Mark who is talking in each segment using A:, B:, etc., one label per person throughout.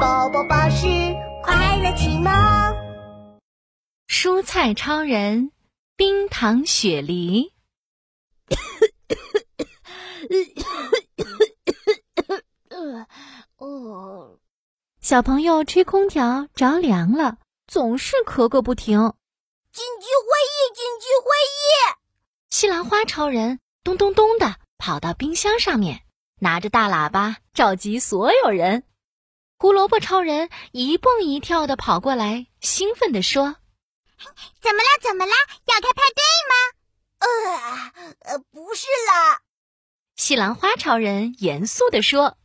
A: 宝宝巴士快乐启蒙，
B: 蔬菜超人冰糖雪梨。
A: 呃， 哦，
B: 小朋友吹空调着凉了，总是咳个不停。
A: 紧急会议，紧急会议，
B: 西兰花超人咚咚咚的跑到冰箱上面，拿着大喇叭召集所有人。胡萝卜超人一蹦一跳的跑过来，兴奋地说
A: 怎么啦？怎么啦？要开派对吗？呃，呃，不是啦，：“
B: 西兰花超人严肃地说，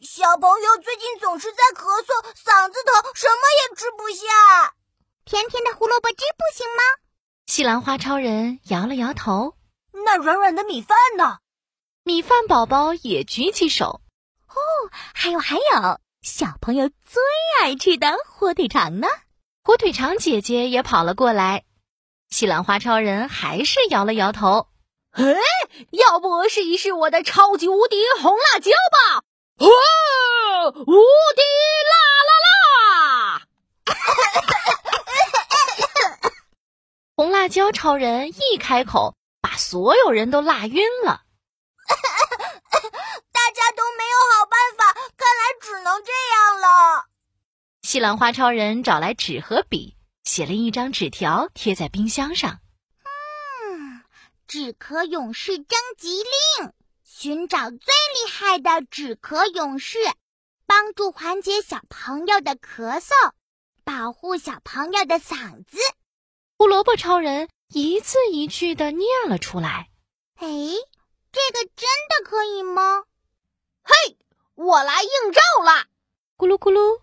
A: 小朋友最近总是在咳嗽，嗓子疼，什么也吃不下。甜甜的胡萝卜汁不行吗？
B: 西兰花超人摇了摇头。”
A: 那软软的米饭呢？
B: 米饭宝宝也举起手，
A: 还有还有，小朋友最爱吃的火腿肠呢？
B: 火腿肠姐姐也跑了过来。西兰花超人还是摇了摇头。
A: 要不试一试我的超级无敌红辣椒吧？
C: 哦，无敌啦啦啦！
B: 红辣椒超人一开口，把所有人都辣晕了。
A: 大家都没有好办法，看来只能这样了。
B: 西兰花超人找来纸和笔，写了一张纸条贴在冰箱上。
A: 纸壳勇士征集令：寻找最厉害的纸壳勇士，帮助缓解小朋友的咳嗽，保护小朋友的嗓子。
B: 胡萝卜超人一字一句的念了出来。
A: 哎，这个真的可以吗？
C: 我来应召啦！
B: 咕噜咕噜，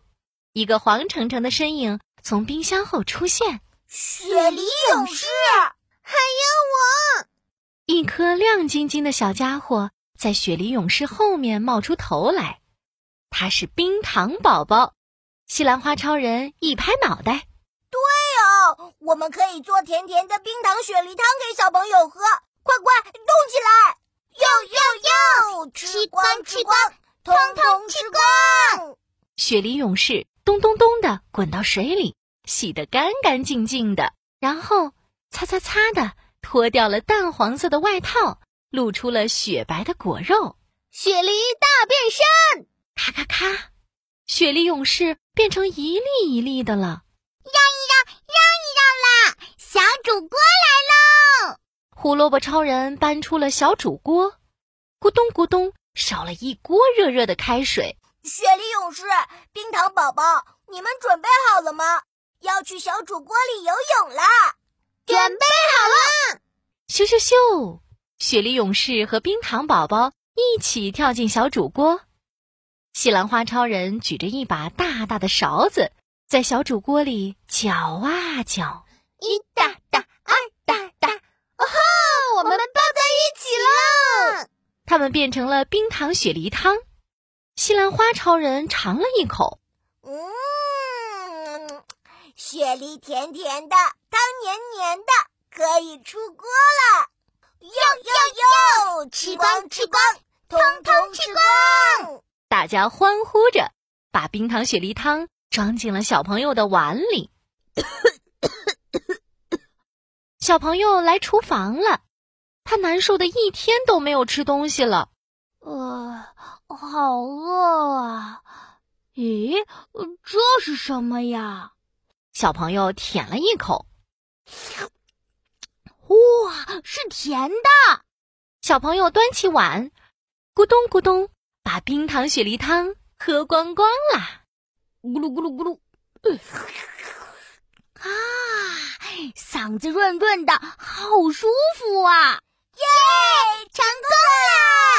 B: 一个黄澄澄的身影从冰箱后出现。
A: 雪梨勇士，
B: 一颗亮晶晶的小家伙在雪梨勇士后面冒出头来，他是冰糖宝宝。西兰花超人一拍脑袋，
A: 还有，哦我们可以做甜甜的冰糖雪梨汤给小朋友喝。快快动起来！哟哟哟！吃光吃光，通通吃光！
B: 雪梨勇士咚咚咚的滚到水里，洗得干干净净的，然后擦擦擦的脱掉了淡黄色的外套，露出了雪白的果肉。
A: 雪梨大变身。
B: 咔咔咔，雪梨勇士变成一粒一粒的了。
A: 让一让啦，小主锅来喽！
B: 胡萝卜超人搬出了小煮锅，咕咚咕咚烧了一锅热热的开水。
A: 雪梨勇士、冰糖宝宝，你们准备好了吗？要去小主锅里游泳啦！准备
B: 咻咻咻！雪梨勇士和冰糖宝宝一起跳进小煮锅。西兰花超人举着一把大大的勺子，在小煮锅里搅啊搅。
A: 一哒哒，二哒哒，哦吼！我们抱在一起了。
B: 它们变成了冰糖雪梨汤。西兰花超人尝了一口，
A: 嗯，雪梨甜甜的，汤黏黏的，可以出锅了。哟哟哟！吃光吃光，通通吃光！
B: 大家欢呼着把冰糖雪梨汤装进了小朋友的碗里。小朋友来厨房了，他难受的一天都没有吃东西了。
A: 呃，好饿啊！咦，这是什么呀？
B: 小朋友舔了一口，
A: 哇，是甜的！
B: 小朋友端起碗，咕咚咕咚把冰糖雪梨汤喝光光啦。
C: 咕噜咕噜咕噜，
A: 啊，嗓子润润的，好舒服啊！耶，成功啦！